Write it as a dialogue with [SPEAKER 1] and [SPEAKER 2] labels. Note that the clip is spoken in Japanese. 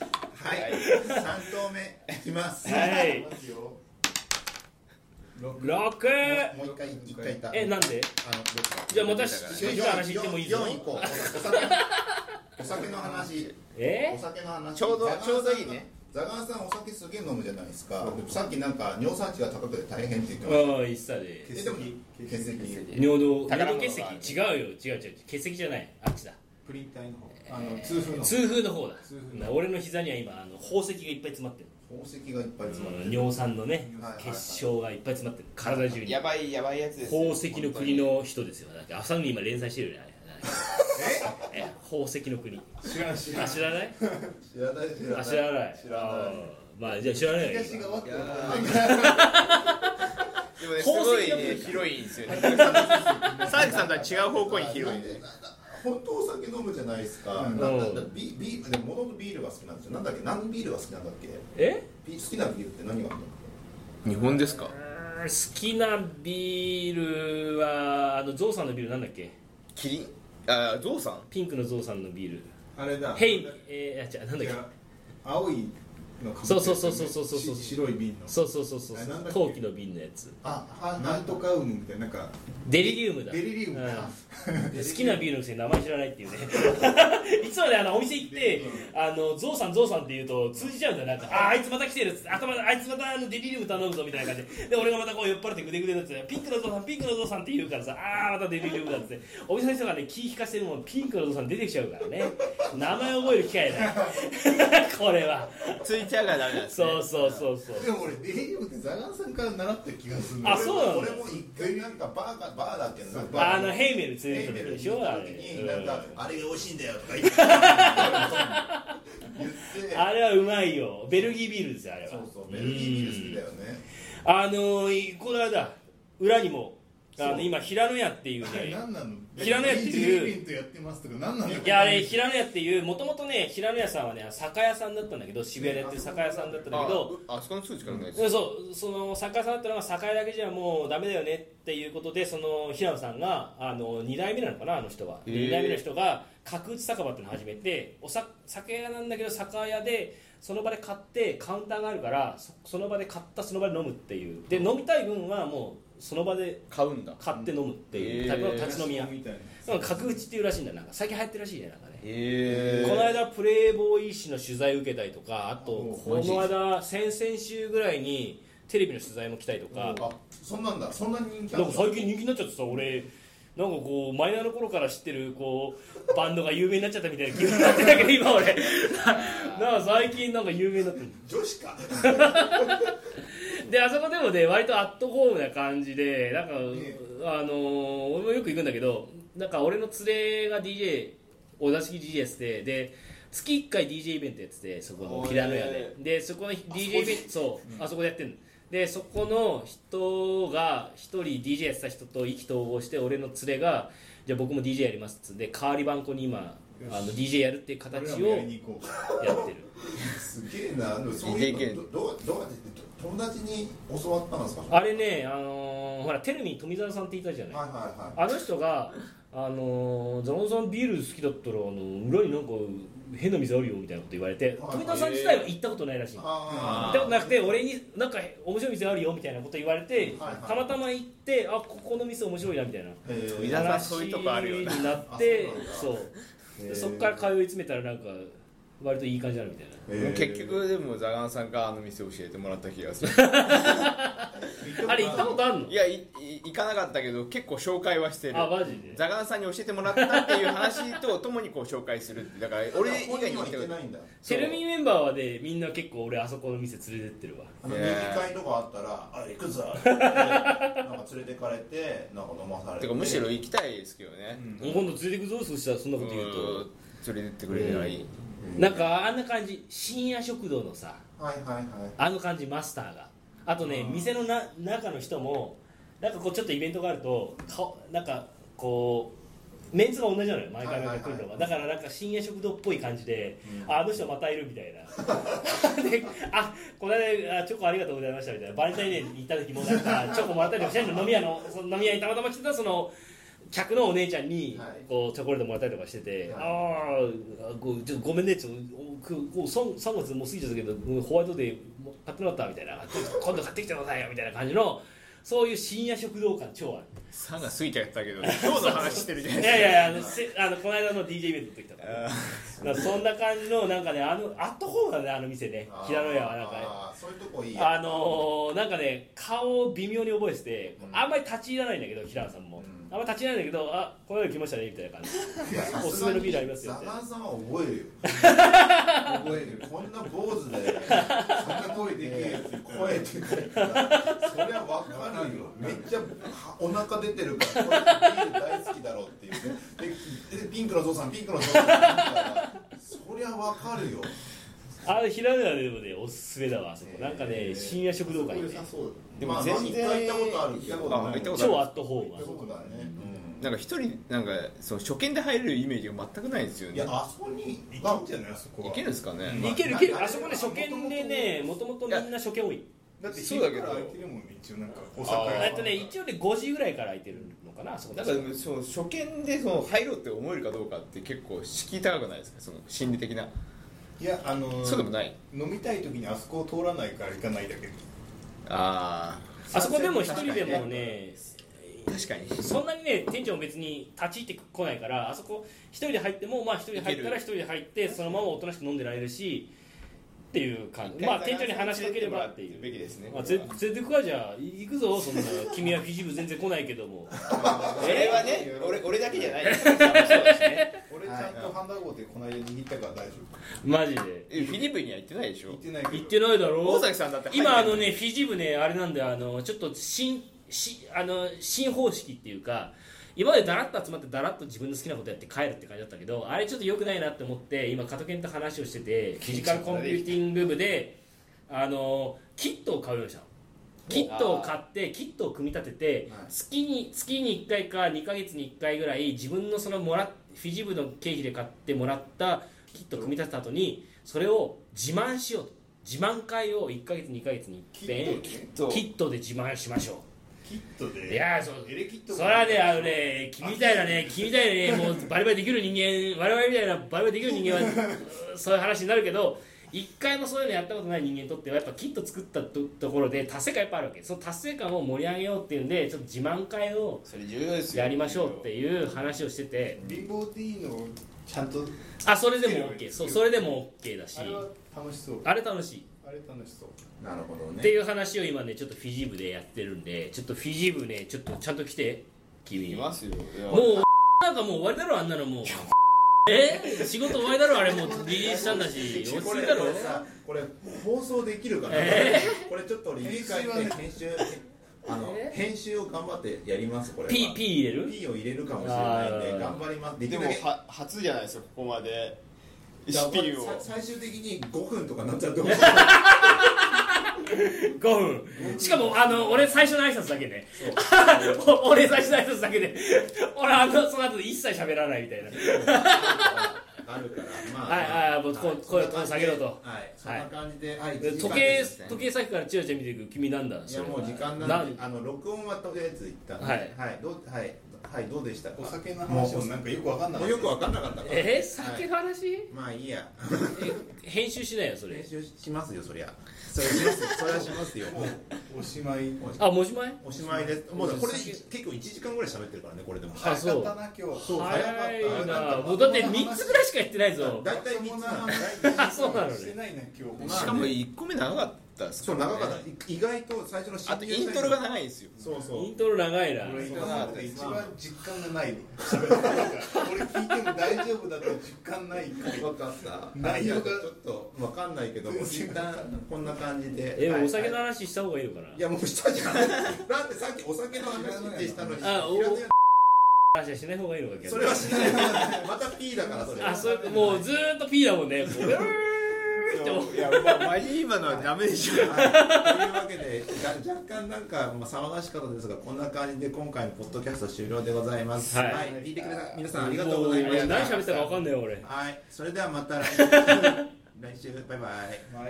[SPEAKER 1] はい、三投目いきます。
[SPEAKER 2] はい
[SPEAKER 3] ますよ
[SPEAKER 2] 六。
[SPEAKER 1] もう一回、一回いた。
[SPEAKER 2] えなんで？
[SPEAKER 1] あの、どっか
[SPEAKER 2] じゃあ私
[SPEAKER 1] 四
[SPEAKER 2] 次の話行ってもいいぞ
[SPEAKER 1] 四。行こう。お酒お酒の話。お
[SPEAKER 2] え？
[SPEAKER 1] 酒の話。
[SPEAKER 4] ちょうど
[SPEAKER 1] 座川さん
[SPEAKER 4] ちょうどいいね。
[SPEAKER 1] 座川さん、お酒すげえ飲むじゃないですか。さっきなんか、尿酸値が高くて大変って言ってまし
[SPEAKER 2] ああ一切で。
[SPEAKER 1] た。え、でも、血液。
[SPEAKER 2] 尿道
[SPEAKER 4] 宝物
[SPEAKER 2] 尿道
[SPEAKER 4] がある
[SPEAKER 2] 結石違うよ違う違う血石じゃないあっちだ
[SPEAKER 3] プリン体の方あの痛風の方
[SPEAKER 2] 痛風の方だ
[SPEAKER 3] 痛風
[SPEAKER 2] な俺の膝には今あの宝石がいっぱい詰まってる
[SPEAKER 1] 宝石がいっぱい詰まっ
[SPEAKER 2] うん
[SPEAKER 1] てる。
[SPEAKER 2] 尿酸のね
[SPEAKER 1] はいはいはい
[SPEAKER 2] 結晶がいっぱい詰まってる体中に
[SPEAKER 4] やばいやばいやつですよ
[SPEAKER 2] 宝石の国の人ですよだって朝に今連載してるよねあれえ宝石の国
[SPEAKER 3] 知らん知ら
[SPEAKER 2] あ
[SPEAKER 3] ん
[SPEAKER 2] 知らない
[SPEAKER 1] 知らない、知らな
[SPEAKER 2] あ
[SPEAKER 1] い。
[SPEAKER 2] 知らない
[SPEAKER 1] 知らな
[SPEAKER 2] あ
[SPEAKER 1] い。
[SPEAKER 2] ーまあじゃあ知らないよ
[SPEAKER 1] 東が終わってる
[SPEAKER 4] いやでもねす
[SPEAKER 2] 宝
[SPEAKER 4] ごい
[SPEAKER 2] 石の国
[SPEAKER 4] ね広いんですよねサークさんとは違う方向に広いんで
[SPEAKER 1] 本当お酒飲むじゃないですか、
[SPEAKER 3] うん
[SPEAKER 1] なんだなんだビビールでもともとビールが好きなんですよなんだっけ何ビールが好きなんだっけ
[SPEAKER 2] え
[SPEAKER 1] ビ好きなビールって何があるんだっ
[SPEAKER 4] 日本ですか
[SPEAKER 2] うん好きなビールはあのゾウさんのビールなんだっけ
[SPEAKER 4] キリンあゾウさん
[SPEAKER 2] ピンクのゾウさんのビール
[SPEAKER 3] あれだ
[SPEAKER 2] ヘイえー、あ違うなんだっ
[SPEAKER 3] 違
[SPEAKER 2] け
[SPEAKER 3] う青いのか
[SPEAKER 2] そうそうそうそうそうそう
[SPEAKER 3] し白い瓶の
[SPEAKER 2] そうそうそうそう
[SPEAKER 3] あれなんだっけ
[SPEAKER 2] 陶器の瓶のやつ
[SPEAKER 1] けあは
[SPEAKER 3] なんとかウムみたいななんか
[SPEAKER 2] デリリウムだ
[SPEAKER 3] デリリウム
[SPEAKER 2] うん
[SPEAKER 3] だ
[SPEAKER 2] 好きなビールのくせに名前知らないっていうねいつもねあのお店行ってあのゾウさんゾウさんって言うと通じちゃうんだよなんかああいつまた来てるっつって頭あいつまたあのデリリウム頼むぞみたいな感じでで俺がまたこう酔っ払ってグデグデになってピンクのゾウさんピンクのゾウさんって言うからさああまたデリリウムだっつってお店の人がね気引かせてるもんピンクのゾウさん出てきちゃうからね名前覚える機会だ これは
[SPEAKER 4] ついちゃうからダメなんですね
[SPEAKER 2] そうそうそうそう
[SPEAKER 3] でも俺デリリウムってザガンさんから習った気がする
[SPEAKER 2] あそうなんだ
[SPEAKER 1] 俺も一回なんかバーがバーだっけなバー
[SPEAKER 2] あのヘイメル
[SPEAKER 1] ヘ
[SPEAKER 2] 連れて
[SPEAKER 1] イ
[SPEAKER 2] く
[SPEAKER 1] メ
[SPEAKER 2] る
[SPEAKER 1] ル
[SPEAKER 2] で
[SPEAKER 1] に
[SPEAKER 2] し
[SPEAKER 1] 行
[SPEAKER 2] ょあ
[SPEAKER 1] っ
[SPEAKER 2] れ、
[SPEAKER 1] た時になんかあれが美味しいんだよとか言って言って
[SPEAKER 2] うんあれはうまいよベルギービールですよあれは
[SPEAKER 1] そうそうベルギービール好きだよね
[SPEAKER 2] あのー、いこの間裏にもあ
[SPEAKER 3] そ
[SPEAKER 2] の
[SPEAKER 3] う
[SPEAKER 2] 今平野屋っていう
[SPEAKER 3] あれ
[SPEAKER 2] ね
[SPEAKER 3] 何なの
[SPEAKER 2] 平野屋っていう
[SPEAKER 3] デリリウムとやってますとか何なの
[SPEAKER 2] いやあれ平野屋っていうもともとね平野屋さんはね酒屋さんだったんだけど渋谷でやってる酒屋さんだったんだけど
[SPEAKER 4] ああそこの数値からないです
[SPEAKER 2] うんそうその酒屋さんだったのが酒屋だけじゃもうダメだよねっていうことでその平野さんがあの2代目なのかなあの人は
[SPEAKER 4] へー
[SPEAKER 2] 2代目の人が角打ち酒場っていうのを始めておさ酒屋なんだけど酒屋でその場で買ってカウンターがあるからそその場で買ったその場で飲むっていうで飲みたい分はもうその場で
[SPEAKER 4] 買うんだ
[SPEAKER 2] 買って飲むってい
[SPEAKER 4] へ
[SPEAKER 2] う
[SPEAKER 4] ー
[SPEAKER 2] 立ち飲み屋
[SPEAKER 3] みたいな
[SPEAKER 2] うん角打ちっていうらしいんだよなんか最近流行ってるらしいねなんかね
[SPEAKER 4] へ
[SPEAKER 2] この間プレイボーイ氏の取材受けたりとかあと
[SPEAKER 3] お
[SPEAKER 2] この間先々週ぐらいにテレビの取材も来たりとか
[SPEAKER 1] あそんなんだそんなに人気あ
[SPEAKER 2] な
[SPEAKER 1] る
[SPEAKER 2] んか最近人気になっちゃってさ俺なんかこうマイナーの頃から知ってるこうバンドが有名になっちゃったみたいな気になってたけど今俺 ななんか最近なんか有名になってる
[SPEAKER 1] 女子か
[SPEAKER 2] であそこでもね割とアットホームな感じでなんか、
[SPEAKER 3] え
[SPEAKER 2] あのー俺もよく行くんだけどなんか俺の連れが DJ お座敷 DJ やっててで月1回 DJ イベントやっててそこの平野屋で
[SPEAKER 4] へ
[SPEAKER 2] でそこの DJ イベントそうあそこでやってるのでそこの人が一人 DJ やってた人と意気投合して俺の連れがじゃあ僕も DJ やりますっつってで代わり番こに今
[SPEAKER 3] よし
[SPEAKER 2] あの DJ やるっていう
[SPEAKER 3] 俺ら
[SPEAKER 2] 形
[SPEAKER 3] も
[SPEAKER 2] を
[SPEAKER 3] や
[SPEAKER 2] や
[SPEAKER 3] り
[SPEAKER 2] っ
[SPEAKER 3] に行こう
[SPEAKER 2] てる
[SPEAKER 1] すげえなでもそういうのどどうどうやって友達に教わったんですか
[SPEAKER 2] あれねあのーほらテルミン富澤さんっていたじゃない
[SPEAKER 1] はいはいはい
[SPEAKER 2] あの人が、あのーザロンさんビール好きだったらあの裏になんか変な店あるよみたいなこと言われて
[SPEAKER 1] はい
[SPEAKER 2] 富田さん自体は行ったことないらしい行
[SPEAKER 1] あ
[SPEAKER 2] ったことなくて俺になんか面白い店あるよみたいなこと言われて
[SPEAKER 1] はいはい
[SPEAKER 2] たまたま行ってあここの店面白いなみたいな
[SPEAKER 1] ーえー
[SPEAKER 4] 富田さんそういうとこあるよな
[SPEAKER 2] 話になって
[SPEAKER 1] あ
[SPEAKER 2] そうでそっから通い詰めたらなんか割といい感じになるみたいな
[SPEAKER 4] もう結局でもザガンさんからあの店教えてもらった気がする
[SPEAKER 2] あれ行ったことあんの
[SPEAKER 4] いやいい行かなかったけど結構紹介はしてる
[SPEAKER 2] あマジで
[SPEAKER 4] ザガンさんに教えてもらったっていう話とともにこう紹介するってだから俺以
[SPEAKER 1] 本人
[SPEAKER 4] 外に
[SPEAKER 1] は行って
[SPEAKER 4] こ
[SPEAKER 1] ないんだ
[SPEAKER 2] テルミンメンバーはねみんな結構俺あそこの店連れてってるわ
[SPEAKER 1] あの
[SPEAKER 4] い
[SPEAKER 1] 二
[SPEAKER 4] やー
[SPEAKER 1] 次会とかあったら「あ行く ぞ」ってなんか連れてかれてなんか飲まされ
[SPEAKER 4] と
[SPEAKER 1] て
[SPEAKER 4] てかむしろ行きたいですけどね
[SPEAKER 2] 今度連れてくぞそしたらそんな
[SPEAKER 4] う
[SPEAKER 2] こと言うと
[SPEAKER 4] ん連れてってくれるならいい
[SPEAKER 2] なんかあんな感じ深夜食堂のさ
[SPEAKER 1] はいはいはい
[SPEAKER 2] あの感じマスターがあとね
[SPEAKER 3] うん
[SPEAKER 2] 店のな中の人もなんかこうちょっとイベントがあると顔なんかこうメンツが同じなのよ毎回毎回来るのが、
[SPEAKER 1] はいはいはい
[SPEAKER 2] だからなんか深夜食堂っぽい感じで、ああの人またいるみたいな であこの間あチョコありがとうござい ましたみたいなバレンタインデーに行った時もなんかチョコもらったりもしてんの飲み屋のその飲み屋にたまたま来てたその客のお姉ちゃんに
[SPEAKER 1] はい
[SPEAKER 2] こうチョコレートもらったりとかしてて、
[SPEAKER 1] はい
[SPEAKER 2] ああごちょっとごめんねちょっとくこう 3, 三月もう過ぎちゃったけどうんホワイトデーも買ってもらったみたいな今度買ってきてくださいよみたいな感じのそういう深夜食堂感超ある
[SPEAKER 4] 3が過ぎちゃったけど今日の話してるじゃない
[SPEAKER 2] い
[SPEAKER 4] です
[SPEAKER 2] や
[SPEAKER 4] か
[SPEAKER 2] いやいやあ のせあのこの間の DJ イベントの時とかだからそんな感じのなんかねあのアットホームだねあの店ね平野屋はなんかね
[SPEAKER 1] あーそういうとこいい
[SPEAKER 2] あのー、なんかね顔を微妙に覚えてて、
[SPEAKER 1] うん
[SPEAKER 2] あんまり立ち入らないんだけど平野さんも、
[SPEAKER 1] うん
[SPEAKER 2] あんまり立ち入らないんだけどあこの間来ましたねみたいな感じおすすめのビールありますよって
[SPEAKER 1] ザワさんは覚えるよ 覚えるよこんな坊主で
[SPEAKER 3] そんな声できるやついたら
[SPEAKER 1] 声でかいからそりゃわかるよめっちゃお腹出てるからこれビール大好きだろうっていうねででピンクのゾウさんピンクのゾウさんって言うからそりゃわかるよ
[SPEAKER 2] あの平野屋でもねおすすめだわあそこ、
[SPEAKER 1] えー
[SPEAKER 2] なんかね深夜食堂街ね
[SPEAKER 3] 良さそう
[SPEAKER 4] でも
[SPEAKER 1] まあ
[SPEAKER 4] 全然
[SPEAKER 1] まあ一回行ったことあるけど
[SPEAKER 3] 行ったこと
[SPEAKER 4] ないあ行ったこと
[SPEAKER 2] 超アットホーム
[SPEAKER 1] 行
[SPEAKER 2] は
[SPEAKER 1] ったことないね
[SPEAKER 4] なんか一人なんかその初見で入れるイメージが全くないんですよ
[SPEAKER 1] うんい
[SPEAKER 4] ね
[SPEAKER 1] やあそこに
[SPEAKER 3] だ行けんじゃないあそこはい
[SPEAKER 4] けるんですかね、
[SPEAKER 2] いけるいける
[SPEAKER 1] まあ
[SPEAKER 2] あそこね初見でねもともとみんな初見多い
[SPEAKER 3] だって
[SPEAKER 4] そうだけど
[SPEAKER 3] 昼から空いてるもんね一応なんかお
[SPEAKER 4] あ
[SPEAKER 3] 酒
[SPEAKER 4] ー
[SPEAKER 2] えっとね一応ね5時ぐらいから空いてるのかなあそこ
[SPEAKER 4] なんかでもその初見でその入ろうって思えるかどうかって結構敷居高くないですかその心理的ない
[SPEAKER 3] やあのー
[SPEAKER 4] そうでもない
[SPEAKER 3] 飲みたい時にあそこを通らないから行かないだけ
[SPEAKER 4] あ
[SPEAKER 2] あそこでも一人でもね
[SPEAKER 4] あ確かに
[SPEAKER 2] そんなにね店長も別に立ち入ってこないからあそこ一人で入ってもまあ一人で入ったら
[SPEAKER 4] い
[SPEAKER 2] 一人で入ってそのままおとなしく飲んでられるしっていう感じまあ店長に話しかければっていう
[SPEAKER 4] べきですね
[SPEAKER 2] まあ、ぜ全然食わじゃあ行くぞそんな君はフィジ部全然来ないけども
[SPEAKER 4] それはね俺俺だけじゃないです
[SPEAKER 3] 俺ちゃんとハンダーゴーでこの間握ったから大丈
[SPEAKER 2] マジで
[SPEAKER 4] えフィリピンには行ってないでし
[SPEAKER 3] 夫
[SPEAKER 4] ょ
[SPEAKER 3] 行ってないけど
[SPEAKER 2] 行ってないだろ
[SPEAKER 4] 大崎さんだって入って
[SPEAKER 2] 今あのねフィジ部ねあれなんだよあのちょっと新しあの新方式っていうか今までだらっと集まってだらっと自分の好きなことやって帰るって感じだったけどあれちょっと良くないなって思って今加藤健と話をしててフィジカルコンピューティング部であのキットを買うようにしたのキットを買ってキットを組み立てて
[SPEAKER 1] はい
[SPEAKER 2] 月に月に1回か2ヶ月に1回ぐらい自分のそのもらフィジ部の経費で買ってもらったキットを組み立てた後にそれを自慢しようと自慢会を1ヶ月2ヶ月に
[SPEAKER 3] キ
[SPEAKER 2] 一
[SPEAKER 3] ッ
[SPEAKER 2] 遍
[SPEAKER 3] トで
[SPEAKER 4] そう
[SPEAKER 2] キットで自慢しましょ
[SPEAKER 3] キット
[SPEAKER 2] う
[SPEAKER 3] で
[SPEAKER 2] いやーそう
[SPEAKER 3] エレキット
[SPEAKER 2] それはねあのね君みたいなね君みたいなねもうバリバリできる人間我々みたいなバリバリできる人間はうそういう話になるけど一回もそういうのやったことない人間にとってはやっぱキット作ったとところで達成感やっぱあるわけその達成感を盛り上げようっていうんでちょっと自慢会を
[SPEAKER 4] それ重要ですよ
[SPEAKER 2] やりましょうっていう話をしてて
[SPEAKER 3] 貧乏ティーのちゃんと
[SPEAKER 2] あそれでも OK そうそれでも OK だし
[SPEAKER 3] あれは楽しそう
[SPEAKER 2] あれ楽しい
[SPEAKER 3] あれ楽しそう
[SPEAKER 1] なるほど
[SPEAKER 2] っ
[SPEAKER 1] ね
[SPEAKER 2] ていう話を今ねちょっとフィジー部でやってるんでちょっとフィジー部ねちょっとちゃんと来て君
[SPEAKER 4] い
[SPEAKER 2] も
[SPEAKER 4] ますよいうや
[SPEAKER 2] なんかもう終わりだろあんな のもうえ仕事終わりだろあれもうリリースしたんだし落ち
[SPEAKER 1] こ
[SPEAKER 2] 着い
[SPEAKER 1] れ
[SPEAKER 2] た
[SPEAKER 1] こ
[SPEAKER 2] ろ
[SPEAKER 1] れさこれ放送できるかな、
[SPEAKER 2] え
[SPEAKER 1] これちょっと俺家帰って編集あの編集を頑張ってやりますこれは
[SPEAKER 2] P, P 入れる
[SPEAKER 1] P を入れるかもしれないんで
[SPEAKER 2] あー
[SPEAKER 1] 頑張りますでき
[SPEAKER 4] で
[SPEAKER 1] る
[SPEAKER 4] も
[SPEAKER 1] だけ
[SPEAKER 4] は初じゃないですよここまで
[SPEAKER 1] じゃあ
[SPEAKER 4] 1P
[SPEAKER 1] さ
[SPEAKER 4] を
[SPEAKER 1] 最終的に5分とかなっちゃっても
[SPEAKER 2] 5分しかもあの俺最初の挨拶だけねお 俺最初の挨拶だけで俺あのその後で一切喋らないみたいな
[SPEAKER 1] あるからま
[SPEAKER 2] はいはいはいもうこう声声下げろと
[SPEAKER 1] はいそんな感じで、はい、
[SPEAKER 2] 時計時計先からチラチラ見ていく君なんだ
[SPEAKER 1] い
[SPEAKER 2] そ
[SPEAKER 1] や
[SPEAKER 2] れは
[SPEAKER 1] もう時間なんであの録音はとりあえずいったんで
[SPEAKER 2] は
[SPEAKER 1] はいいどうはいはいどうでしたか
[SPEAKER 3] お酒の話もなんかよくわかんな
[SPEAKER 1] も
[SPEAKER 3] かっ
[SPEAKER 1] う
[SPEAKER 3] た
[SPEAKER 1] よく分かんなかったから
[SPEAKER 2] え酒の話、
[SPEAKER 1] まあいいや
[SPEAKER 2] え編集しないよそれ
[SPEAKER 1] 練習しますよそりゃそれしますそれはしますよ
[SPEAKER 3] もうおしまい
[SPEAKER 2] あもうおしまい
[SPEAKER 1] おしまいですもうこれで結構1時間ぐらい喋ってるからねこれでも
[SPEAKER 2] あ
[SPEAKER 3] 早
[SPEAKER 2] そ
[SPEAKER 3] か
[SPEAKER 2] う
[SPEAKER 3] ったな今日
[SPEAKER 1] そう早かった
[SPEAKER 2] 早いな
[SPEAKER 1] 早かった
[SPEAKER 2] もうだって3つぐらいしかやってないぞ
[SPEAKER 1] 大体3つなの
[SPEAKER 2] あそうなの
[SPEAKER 3] して
[SPEAKER 2] ね
[SPEAKER 3] ないな今日
[SPEAKER 1] まあ
[SPEAKER 4] しかも1個目長かったっす
[SPEAKER 1] そう
[SPEAKER 4] らね
[SPEAKER 1] 長かった意外と最初の新
[SPEAKER 4] あとイントロが
[SPEAKER 1] い
[SPEAKER 4] 長いんですよ
[SPEAKER 1] そうそう
[SPEAKER 2] イントロ長いな
[SPEAKER 3] 俺
[SPEAKER 1] そう
[SPEAKER 3] 今までで一番実感がないの喋らないから俺聞いても大丈夫だと実感ないから
[SPEAKER 1] 分かった
[SPEAKER 3] 内容が
[SPEAKER 1] じゃあちょっと分かんないけども一旦こんな感じで
[SPEAKER 2] え
[SPEAKER 1] はい
[SPEAKER 2] お酒の話した方がいいのかない
[SPEAKER 1] やもうしたじゃん だってさっきお酒の話ってしたのに
[SPEAKER 2] あお
[SPEAKER 1] いらね
[SPEAKER 2] 話はしない方がいいのか
[SPEAKER 1] え
[SPEAKER 2] 逆
[SPEAKER 1] そ
[SPEAKER 2] に
[SPEAKER 1] れはしないまた P だからそれ
[SPEAKER 2] あそれもうずーっと P だもんねこ う
[SPEAKER 4] そういやまあマリーバのはダメでしょ
[SPEAKER 1] はいというわけでが若干なんか、まあ、騒がしかったですがこんな感じで今回のポッドキャスト終了でございます
[SPEAKER 2] は
[SPEAKER 1] はいい、聞いてくれた皆さんありがとうございま
[SPEAKER 2] もう
[SPEAKER 1] し
[SPEAKER 2] 何
[SPEAKER 1] た
[SPEAKER 2] 喋ったか分かんないよ俺
[SPEAKER 1] はいそれではまた来週来週バイバイ
[SPEAKER 3] まあ